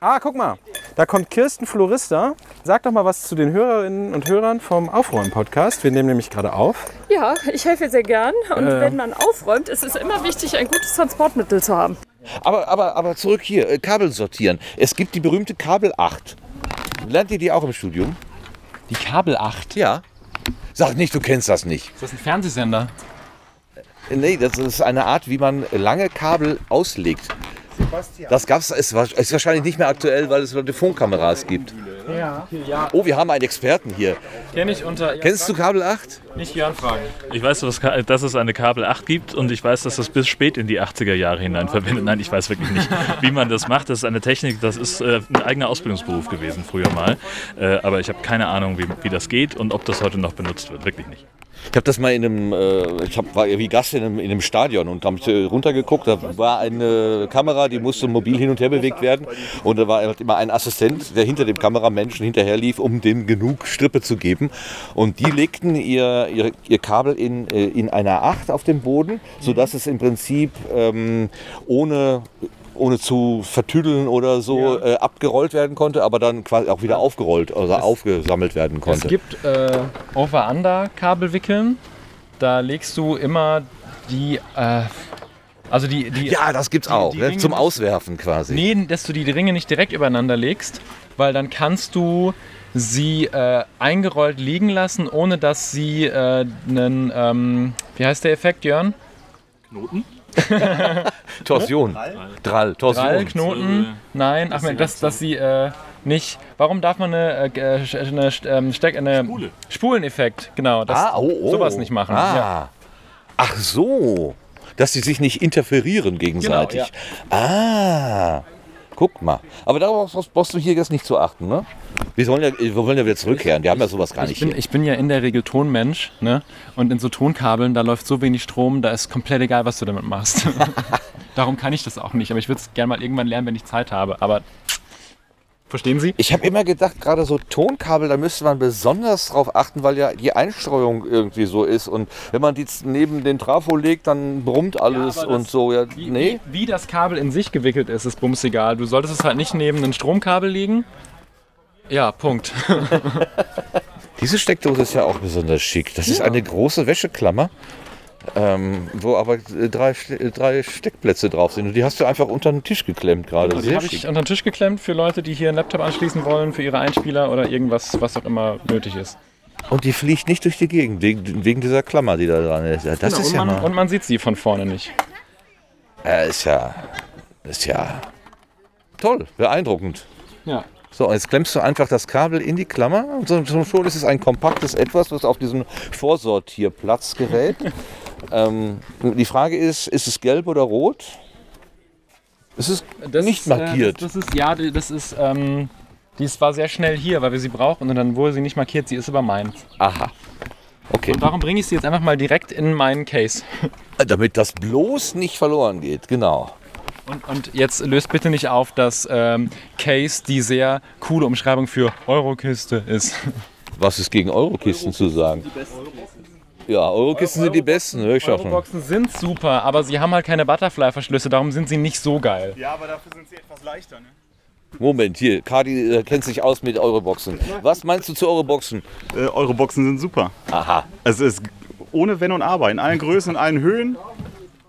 Speaker 2: Ah, guck mal, da kommt Kirsten Florista. Sag doch mal was zu den Hörerinnen und Hörern vom Aufräumen-Podcast. Wir nehmen nämlich gerade auf.
Speaker 9: Ja, ich helfe sehr gern. Und wenn man aufräumt, ist es immer wichtig, ein gutes Transportmittel zu haben.
Speaker 4: Aber, aber, aber zurück hier, äh, Kabel sortieren. Es gibt die berühmte Kabel 8. Lernt ihr die auch im Studium?
Speaker 5: die Kabel 8.
Speaker 4: Ja. Sag nicht, du kennst das nicht.
Speaker 5: Ist das ein Fernsehsender?
Speaker 4: Nee, das ist eine Art, wie man lange Kabel auslegt. Das gab's, es war, ist wahrscheinlich nicht mehr aktuell, weil es heute Funkkameras gibt. Oh, wir haben einen Experten hier.
Speaker 5: Kenn ich unter.
Speaker 4: Kennst du Kabel 8?
Speaker 5: Nicht Jörn fragen.
Speaker 10: Ich weiß, dass es Ka- dass es eine Kabel 8 gibt und ich weiß, dass das bis spät in die 80er Jahre hinein verwendet. Nein, ich weiß wirklich nicht, wie man das macht. Das ist eine Technik, das ist äh, ein eigener Ausbildungsberuf gewesen früher mal. Äh, aber ich habe keine Ahnung, wie, wie das geht und ob das heute noch benutzt wird. Wirklich nicht.
Speaker 4: Ich habe das mal in einem, äh, ich hab, war irgendwie Gast in einem, in einem Stadion und habe äh, runtergeguckt. Da war eine Kamera, die musste mobil hin und her bewegt werden. Und da war halt immer ein Assistent, der hinter dem Kameramenschen hinterher lief, um dem genug Strippe zu geben. Und die legten ihr, ihr, ihr Kabel in, äh, in einer Acht auf den Boden, sodass es im Prinzip ähm, ohne ohne zu vertüdeln oder so äh, abgerollt werden konnte, aber dann quasi auch wieder aufgerollt oder aufgesammelt werden
Speaker 5: Es
Speaker 4: konnte.
Speaker 5: gibt äh, Over-Under-Kabelwickeln. Da legst du immer die. Äh, also die. die
Speaker 4: Ja, das gibt's auch.
Speaker 5: die
Speaker 4: ne?
Speaker 5: Ringe
Speaker 4: Zum
Speaker 5: müssen-
Speaker 4: Auswerfen quasi.
Speaker 5: Nee, dass du die Ringe nicht direkt übereinander legst, weil dann kannst du sie äh, eingerollt liegen lassen, ohne dass sie äh, einen. Ähm, wie heißt der Effekt, Jörn?
Speaker 4: Torsion.
Speaker 5: ne?
Speaker 4: Drall. Torsion.
Speaker 5: Drall, Knoten? Nein, ach Mensch, dass, dass sie äh, nicht. Warum darf man eine, äh, äh, eine, ähm, Steck, eine
Speaker 10: Spule.
Speaker 5: Spuleneffekt, genau, dass
Speaker 4: Ah, oh, oh.
Speaker 5: sowas nicht machen.
Speaker 4: Ah.
Speaker 5: Ja.
Speaker 4: Ach so. Dass sie sich nicht interferieren gegenseitig.
Speaker 5: Genau,
Speaker 4: Ah. Guck mal. Aber darauf brauchst du hier jetzt nicht zu achten, ne? Wir, sollen ja, wir wollen ja wieder zurückkehren. Die haben ja sowas gar nicht
Speaker 5: Also Ich bin,
Speaker 4: hier.
Speaker 5: ich bin ja in der Regel Tonmensch, ne? Und in so Tonkabeln, da läuft so wenig Strom, da ist komplett egal, was du damit machst. Darum kann ich das auch nicht, aber ich würde es gerne mal irgendwann lernen, wenn ich Zeit habe. Aber verstehen Sie?
Speaker 4: Ich habe immer gedacht, gerade so Tonkabel, da müsste man besonders drauf achten, weil ja die Einstreuung irgendwie so ist. Und wenn man die neben den Trafo legt, dann brummt alles
Speaker 5: aber das-
Speaker 4: und so. Ja,
Speaker 5: Wie,
Speaker 4: nee.
Speaker 5: wie, wie das Kabel in sich gewickelt ist, ist bums egal. Du solltest es halt nicht neben einem Stromkabel legen. Ja, Punkt.
Speaker 4: Diese Steckdose ist ja auch besonders schick. Das ist eine große Wäscheklammer, ähm, wo aber äh, drei, Ste- äh, drei Steckplätze drauf sind. Und die hast du einfach unter den Tisch geklemmt gerade.
Speaker 5: Oh Die
Speaker 4: Sehr
Speaker 5: habe
Speaker 4: schick.
Speaker 5: Also ich unter den Tisch geklemmt für Leute, die hier einen Laptop anschließen wollen, für ihre Einspieler oder irgendwas, was auch immer nötig ist.
Speaker 4: Und die fliegt nicht durch die Gegend, wegen, wegen dieser Klammer, die da dran ist. Ja, das ist
Speaker 5: Genau, und,
Speaker 4: ja
Speaker 5: man,
Speaker 4: mal.
Speaker 5: und man sieht sie von vorne nicht.
Speaker 4: Äh, ist ja. Ist ja. Toll, beeindruckend.
Speaker 5: Ja.
Speaker 4: So, jetzt klemmst du einfach das Kabel in die Klammer und so- so- schon ist es ein kompaktes Etwas, was auf diesen Vorsortierplatz gerät. ähm, die Frage ist, ist es gelb oder rot? Es ist
Speaker 5: Das
Speaker 4: nicht
Speaker 5: ist, äh,
Speaker 4: markiert.
Speaker 5: Das, das ist, ja, die- das ist, ähm, dies war sehr schnell hier, weil wir sie brauchen und dann wurde sie nicht markiert, sie ist aber meins.
Speaker 4: Aha. Okay,
Speaker 5: Und darum bringe ich sie jetzt einfach mal direkt in meinen Case.
Speaker 4: damit das bloß nicht verloren geht, genau.
Speaker 5: Und, und jetzt löst bitte nicht auf, dass ähm, Case die sehr coole Umschreibung für Eurokiste ist.
Speaker 4: Was ist gegen Eurokisten zu sagen? Ja, Eurokisten sind die besten, höre ich auch schon.
Speaker 5: Euroboxen sind super, aber sie haben halt keine Butterfly-Verschlüsse, darum sind sie nicht so geil.
Speaker 7: Ja, aber dafür sind sie etwas leichter, ne?
Speaker 4: Moment, hier, Kadi äh, kennt sich aus mit Euroboxen. Was meinst du zu Euroboxen?
Speaker 11: Äh, eure Boxen sind super.
Speaker 4: Aha.
Speaker 11: Es ist ohne Wenn und Aber, in allen Größen, in allen Höhen.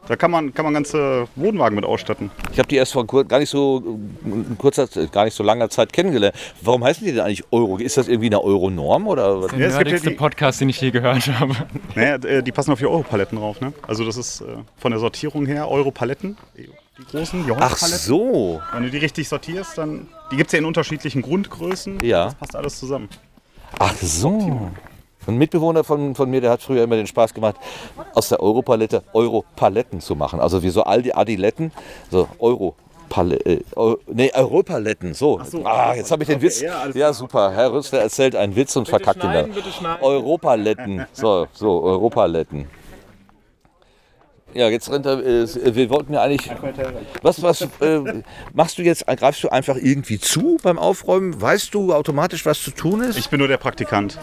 Speaker 11: Da kann man, kann man ganze Wohnwagen mit ausstatten.
Speaker 4: Ich habe die erst vor kur- gar nicht so äh, kurzer, Zeit- gar nicht so langer Zeit kennengelernt. Warum heißen die denn eigentlich Euro? Ist das irgendwie eine Euro-Norm oder was?
Speaker 5: Der nerdigste Podcast, den ich je gehört habe.
Speaker 11: Naja, äh, die passen auf die Europaletten drauf. Ne? Also das ist äh, von der Sortierung her Europaletten. Die großen, die
Speaker 4: Ach
Speaker 11: Holzpaletten.
Speaker 4: so.
Speaker 11: Wenn du die richtig sortierst, dann... Die gibt es ja in unterschiedlichen Grundgrößen.
Speaker 4: Ja.
Speaker 11: Das passt alles zusammen.
Speaker 4: Ach so. Ein Mitbewohner von, von mir, der hat früher immer den Spaß gemacht, aus der Europalette Europaletten zu machen. Also wie so all die Adiletten, so Euro. Äh, Eu- nee, Europaletten, so. ah, jetzt habe ich den Witz. Ja, super. Herr Rüssler erzählt einen Witz und verkackt ihn dann. Europaletten. So, so, Europaletten. Ja, jetzt rennt er. Äh, wir wollten ja eigentlich. Was, was äh, machst du jetzt? Greifst du einfach irgendwie zu beim Aufräumen? Weißt du automatisch, was zu tun ist?
Speaker 11: Ich bin nur der Praktikant.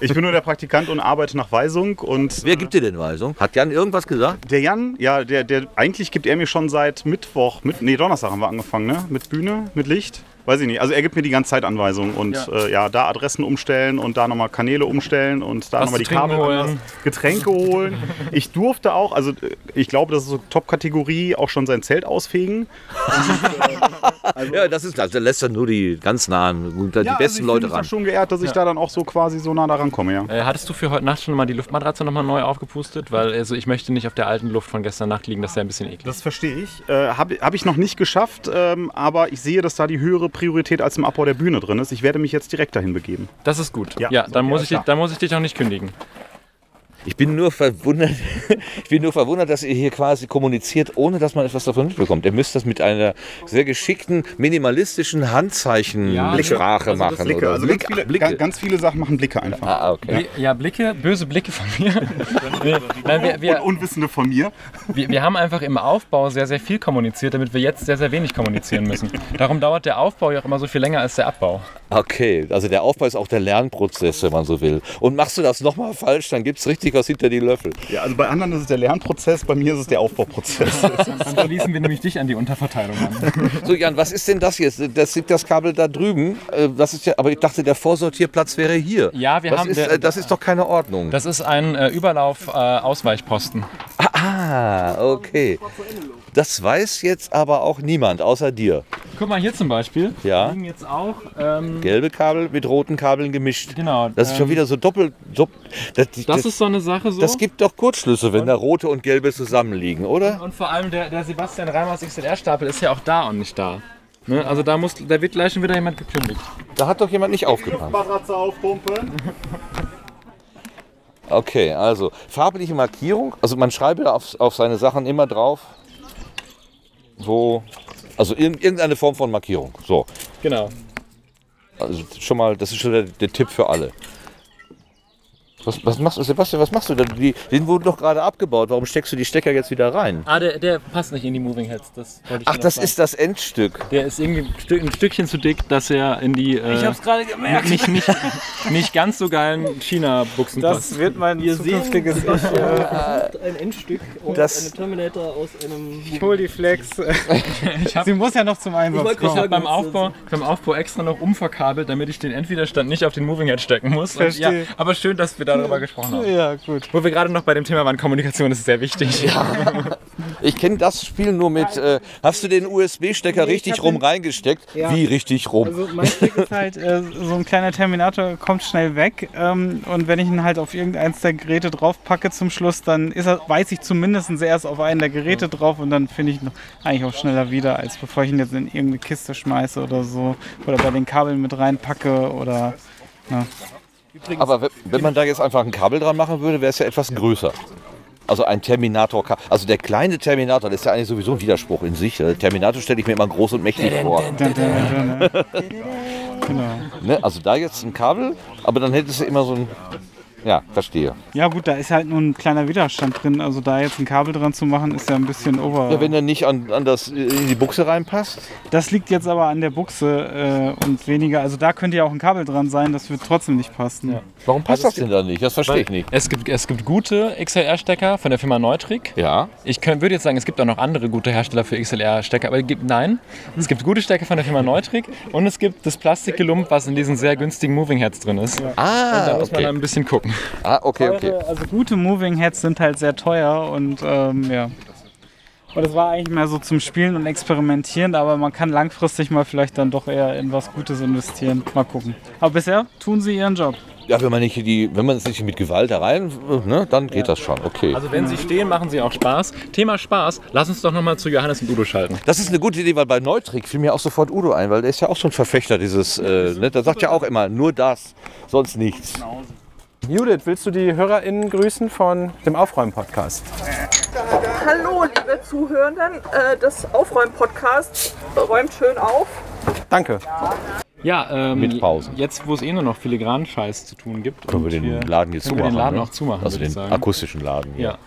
Speaker 11: Ich bin nur der Praktikant und arbeite nach Weisung und
Speaker 4: Wer gibt dir denn Weisung? Hat Jan irgendwas gesagt?
Speaker 11: Der Jan, ja, der, der eigentlich gibt er mir schon seit Mittwoch, mit, nee, Donnerstag haben wir angefangen, ne? Mit Bühne, mit Licht. Weiß ich nicht. Also er gibt mir die ganze Zeit Anweisungen und ja, äh, ja da Adressen umstellen und da nochmal Kanäle umstellen und da
Speaker 5: Was
Speaker 11: nochmal die
Speaker 5: zu trinken
Speaker 11: Kabel
Speaker 5: holen.
Speaker 11: anders, Getränke holen. Ich durfte auch, also äh, ich glaube, das ist so Top-Kategorie, auch schon sein Zelt ausfegen.
Speaker 4: ja, das ist klar. Da lässt dann nur die ganz nahen, gut, die
Speaker 11: Ja, also ich
Speaker 4: besten
Speaker 11: fühl
Speaker 4: Leute
Speaker 11: mich
Speaker 4: ran.
Speaker 11: da schon geehrt, dass ich da dann auch so quasi so nah daran komme, ja.
Speaker 5: Äh, hattest du für heute Nacht schon mal die Luftmatratze nochmal neu aufgepustet? Weil also ich möchte nicht auf der alten Luft von gestern Nacht liegen, das ist ja ein bisschen eklig.
Speaker 11: Das verstehe ich. Äh, Habe hab ich noch nicht geschafft, ähm, aber ich sehe, dass da die höhere Priorität als im Abbau der Bühne drin ist. Ich werde mich jetzt direkt dahin begeben.
Speaker 5: Das ist gut. Ja,
Speaker 11: Ja,
Speaker 5: dann,
Speaker 11: so,
Speaker 5: muss
Speaker 11: ja,
Speaker 5: ich dich,
Speaker 11: klar.
Speaker 5: dann muss ich dich auch nicht kündigen.
Speaker 4: Ich bin nur verwundert, ich bin nur verwundert, dass ihr hier quasi kommuniziert, ohne dass man etwas davon mitbekommt. Ihr müsst das mit einer sehr geschickten, minimalistischen
Speaker 5: Ja,
Speaker 4: Handzeichensprache machen.
Speaker 11: Blicke,
Speaker 4: oder
Speaker 11: also
Speaker 4: Blick,
Speaker 11: ganz, viele,
Speaker 4: Blicke.
Speaker 11: ga- ganz viele Sachen machen Blicke einfach.
Speaker 4: ah, okay.
Speaker 5: Ja, Blicke, böse Blicke von mir. Nee, Nein, wir, wir,
Speaker 11: Und Unwissende von mir.
Speaker 5: Wir, wir haben einfach im Aufbau sehr, sehr viel kommuniziert, damit wir jetzt sehr, sehr wenig kommunizieren müssen. Darum dauert der Aufbau ja auch immer so viel länger als der Abbau.
Speaker 4: okay, also der Aufbau ist auch der Lernprozess, wenn man so will. Und machst du das nochmal falsch, dann gibt es richtig was hinter die Löffel.
Speaker 11: Ja, also bei anderen ist es der Lernprozess, bei mir ist es der Aufbauprozess.
Speaker 5: Dann schließen wir nämlich dich an die Unterverteilung an.
Speaker 4: So, Jan, was ist denn das jetzt? Das liegt das Kabel da drüben. Äh, Das ist ja, aber ich dachte, der Vorsortierplatz wäre hier.
Speaker 5: Ja, wir
Speaker 4: was
Speaker 5: haben-
Speaker 4: Ist,
Speaker 5: wir-
Speaker 4: äh, das ist doch keine Ordnung.
Speaker 5: Das ist ein äh, Überlauf-Ausweichposten.
Speaker 4: ah, okay. Das weiß jetzt aber auch niemand, außer dir.
Speaker 5: Guck mal hier zum Beispiel.
Speaker 4: Ja.
Speaker 5: Liegen jetzt auch. Ähm,
Speaker 4: Gelbe Kabel mit roten Kabeln gemischt.
Speaker 5: genau.
Speaker 4: Das ist schon
Speaker 5: ähm,
Speaker 4: wieder so doppelt. dopp- das,
Speaker 5: Das,
Speaker 4: das,
Speaker 5: ist so eine Sache so.
Speaker 4: das gibt doch Kurzschlüsse, wenn da rote und gelbe zusammenliegen, oder?
Speaker 5: und vor allem der, der Sebastian Reimers XLR-Stapel ist ja auch da und nicht da. Ne? Also da, muss, da wird gleich schon wieder jemand gekündigt.
Speaker 4: Da hat doch jemand nicht aufgepasst.
Speaker 11: Matratze aufpumpen.
Speaker 4: Okay, also farbliche Markierung. Also man schreibe da auf, auf seine Sachen immer drauf, wo. Also ir- irgendeine Form von Markierung. So.
Speaker 5: Genau.
Speaker 4: Also schon mal, das ist schon der, der Tipp für alle. Was, was machst du, Sebastian, was machst du denn? Die, den wurden doch gerade abgebaut. Warum steckst du die Stecker jetzt wieder rein?
Speaker 5: Ah, der, der passt nicht in die Moving Heads. Das wollte ich
Speaker 4: Ach,
Speaker 5: dir noch
Speaker 4: das
Speaker 5: sagen.
Speaker 4: ist das Endstück.
Speaker 5: Der ist irgendwie ein Stück- ein Stückchen zu dick, dass er in die äh,
Speaker 7: Ich hab's gerade gemerkt.
Speaker 5: nicht, nicht, nicht ganz so geilen China-Buchsen passt.
Speaker 7: Das wird mein zukünftiges Ich. äh,
Speaker 12: ein Endstück und
Speaker 4: Das-
Speaker 12: eine Terminator aus einem.
Speaker 7: Ich hol die Flex. Sie muss ja noch zum Einsatz
Speaker 12: wollte gerade sagen,
Speaker 5: Ich habe
Speaker 7: kommen.
Speaker 5: beim
Speaker 12: das-
Speaker 5: Aufbau, beim Aufbau extra noch umverkabelt, damit ich den Endwiderstand nicht auf den Moving Head stecken muss. Und, ja,
Speaker 7: Verstehe.
Speaker 5: aber schön, dass wir darüber gesprochen haben.
Speaker 7: Ja, gut.
Speaker 5: Wo wir gerade noch bei dem Thema waren, Kommunikation ist sehr wichtig.
Speaker 4: Ich kenne das Spiel nur mit. Äh, hast du den USB-Stecker
Speaker 7: Nee, ich
Speaker 4: richtig
Speaker 7: hab
Speaker 4: rum
Speaker 7: den-
Speaker 4: reingesteckt?
Speaker 7: Ja.
Speaker 4: Wie richtig rum?
Speaker 7: Also mein Trick ist halt, äh, so ein kleiner Terminator kommt schnell weg ähm, und wenn ich ihn halt auf irgendeins der Geräte draufpacke zum Schluss, dann ist er, weiß ich zumindest erst auf einen der Geräte drauf und dann finde ich ihn eigentlich auch schneller wieder, als bevor ich ihn jetzt in irgendeine Kiste schmeiße oder so oder bei den Kabeln mit reinpacke oder...
Speaker 4: Aber we- wenn man da jetzt einfach ein Kabel dran machen würde, wäre es ja etwas größer. Also ein Terminator, also der kleine Terminator, das ist ja eigentlich sowieso ein Widerspruch in sich. Der Terminator stelle ich mir immer groß und mächtig vor.
Speaker 7: Dun, dun, dun, ne? dun, dun. genau.
Speaker 4: Ne? Also da jetzt ein Kabel, aber dann hättest du immer so ein Ja, verstehe.
Speaker 7: Ja gut, da ist halt nur ein kleiner Widerstand drin. Also da jetzt ein Kabel dran zu machen, ist ja ein bisschen over.
Speaker 4: Ja, wenn er nicht an, an das, äh, in die Buchse reinpasst.
Speaker 7: Das liegt jetzt aber an der Buchse äh, und weniger. Also da könnte ja auch ein Kabel dran sein, das wird trotzdem nicht passen.
Speaker 4: Warum passt
Speaker 5: Also
Speaker 4: das denn da nicht? Das verstehe ich nicht.
Speaker 5: Es gibt, es gibt gute XLR-Stecker von der Firma Neutrik.
Speaker 4: Ja.
Speaker 5: Ich könnt, würde jetzt sagen, es gibt auch noch andere gute Hersteller für XLR-Stecker, aber es gibt, nein, es gibt gute Stecker von der Firma Neutrik und es gibt das Plastikgelump, was in diesen sehr günstigen Moving Heads drin ist.
Speaker 4: Ah,
Speaker 5: und da muss
Speaker 4: okay.
Speaker 5: man dann ein bisschen gucken.
Speaker 4: Ah, okay, okay.
Speaker 7: Teure, Also gute Moving Heads sind halt sehr teuer und ähm, ja. Aber das war eigentlich mehr so zum Spielen und Experimentieren, aber man kann langfristig mal vielleicht dann doch eher in was Gutes investieren. Mal gucken. Aber bisher tun sie ihren Job.
Speaker 4: Ja, wenn man nicht die, wenn man es nicht mit Gewalt da rein, ne, dann geht das schon. Okay.
Speaker 5: Also wenn sie stehen, machen sie auch Spaß. Thema Spaß, lass uns doch nochmal zu Johannes und Udo schalten.
Speaker 4: Das ist eine gute Idee, weil bei Neutrik fiel mir auch sofort Udo ein, weil der ist ja auch so ein Verfechter dieses, äh, ne, der sagt ja auch immer, nur das, sonst nichts.
Speaker 5: Genau,
Speaker 2: Judith, willst du die HörerInnen grüßen von dem Aufräumen-Podcast?
Speaker 9: Hallo, liebe Zuhörenden. Äh, Das Aufräumen-Podcast räumt schön auf.
Speaker 2: Danke.
Speaker 5: Ja, ähm,
Speaker 4: Mit Pausen.
Speaker 5: Jetzt, wo es eh nur noch filigran Scheiß zu tun gibt.
Speaker 4: Können
Speaker 5: und
Speaker 4: wir den
Speaker 5: wir-
Speaker 4: Laden jetzt
Speaker 5: können
Speaker 4: zumachen?
Speaker 5: Wir den Laden
Speaker 4: ne?
Speaker 5: auch zumachen,
Speaker 4: Also
Speaker 5: würde
Speaker 4: den
Speaker 5: ich sagen.
Speaker 4: akustischen Laden. hier.
Speaker 5: Ja.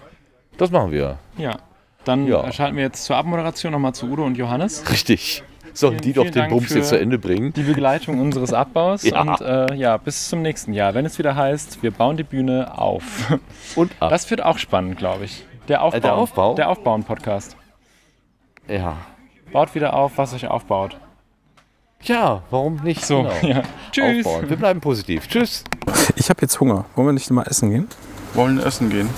Speaker 4: Das machen wir.
Speaker 5: Ja. Dann
Speaker 4: Ja.
Speaker 5: äh, schalten wir jetzt zur Abmoderation nochmal zu Udo und Johannes.
Speaker 4: Richtig. Sollen die
Speaker 5: Vielen-
Speaker 4: doch
Speaker 5: vielen
Speaker 4: den
Speaker 5: Dank
Speaker 4: Bums jetzt
Speaker 5: für
Speaker 4: zu Ende bringen?
Speaker 5: Die Begleitung unseres Abbaus.
Speaker 4: Ja.
Speaker 5: Und äh, ja, bis zum nächsten Jahr, wenn es wieder heißt, wir bauen die Bühne auf.
Speaker 4: Und ab.
Speaker 5: Das wird auch spannend, glaube ich. Der Aufbau.
Speaker 4: Äh, der Aufbau?
Speaker 5: Der Aufbauen-Podcast.
Speaker 4: Ja.
Speaker 5: Baut wieder auf, was euch aufbaut.
Speaker 4: Ja, warum nicht? Genau.
Speaker 5: So, ja. Tschüss.
Speaker 4: Aufbauen. Wir bleiben positiv. Tschüss.
Speaker 2: Ich habe jetzt Hunger. Wollen wir nicht mal essen gehen?
Speaker 3: Wollen essen gehen.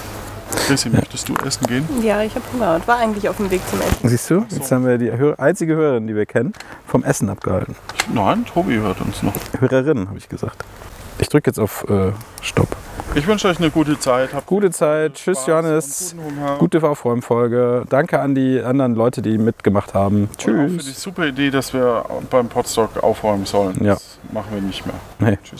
Speaker 3: Chrissy, möchtest du essen gehen?
Speaker 13: Ja, ich habe Hunger und war eigentlich auf dem Weg zum Essen.
Speaker 2: Siehst du, jetzt haben wir die Hör- einzige Hörerin, die wir kennen, vom Essen abgehalten.
Speaker 3: Nein, Tobi hört uns noch.
Speaker 2: Hörerin, habe ich gesagt. Ich drücke jetzt auf äh, Stopp.
Speaker 3: Ich wünsche euch eine gute Zeit. Habt
Speaker 2: Gute Zeit, tschüss Johannes. Gute Aufräumfolge. Danke an die anderen Leute, die mitgemacht haben.
Speaker 3: Tschüss. Für
Speaker 2: Tschüss.
Speaker 3: die super Idee, dass wir beim Podstock aufräumen sollen.
Speaker 2: Ja.
Speaker 3: Das machen wir nicht mehr.
Speaker 2: Nee.
Speaker 3: Tschüss.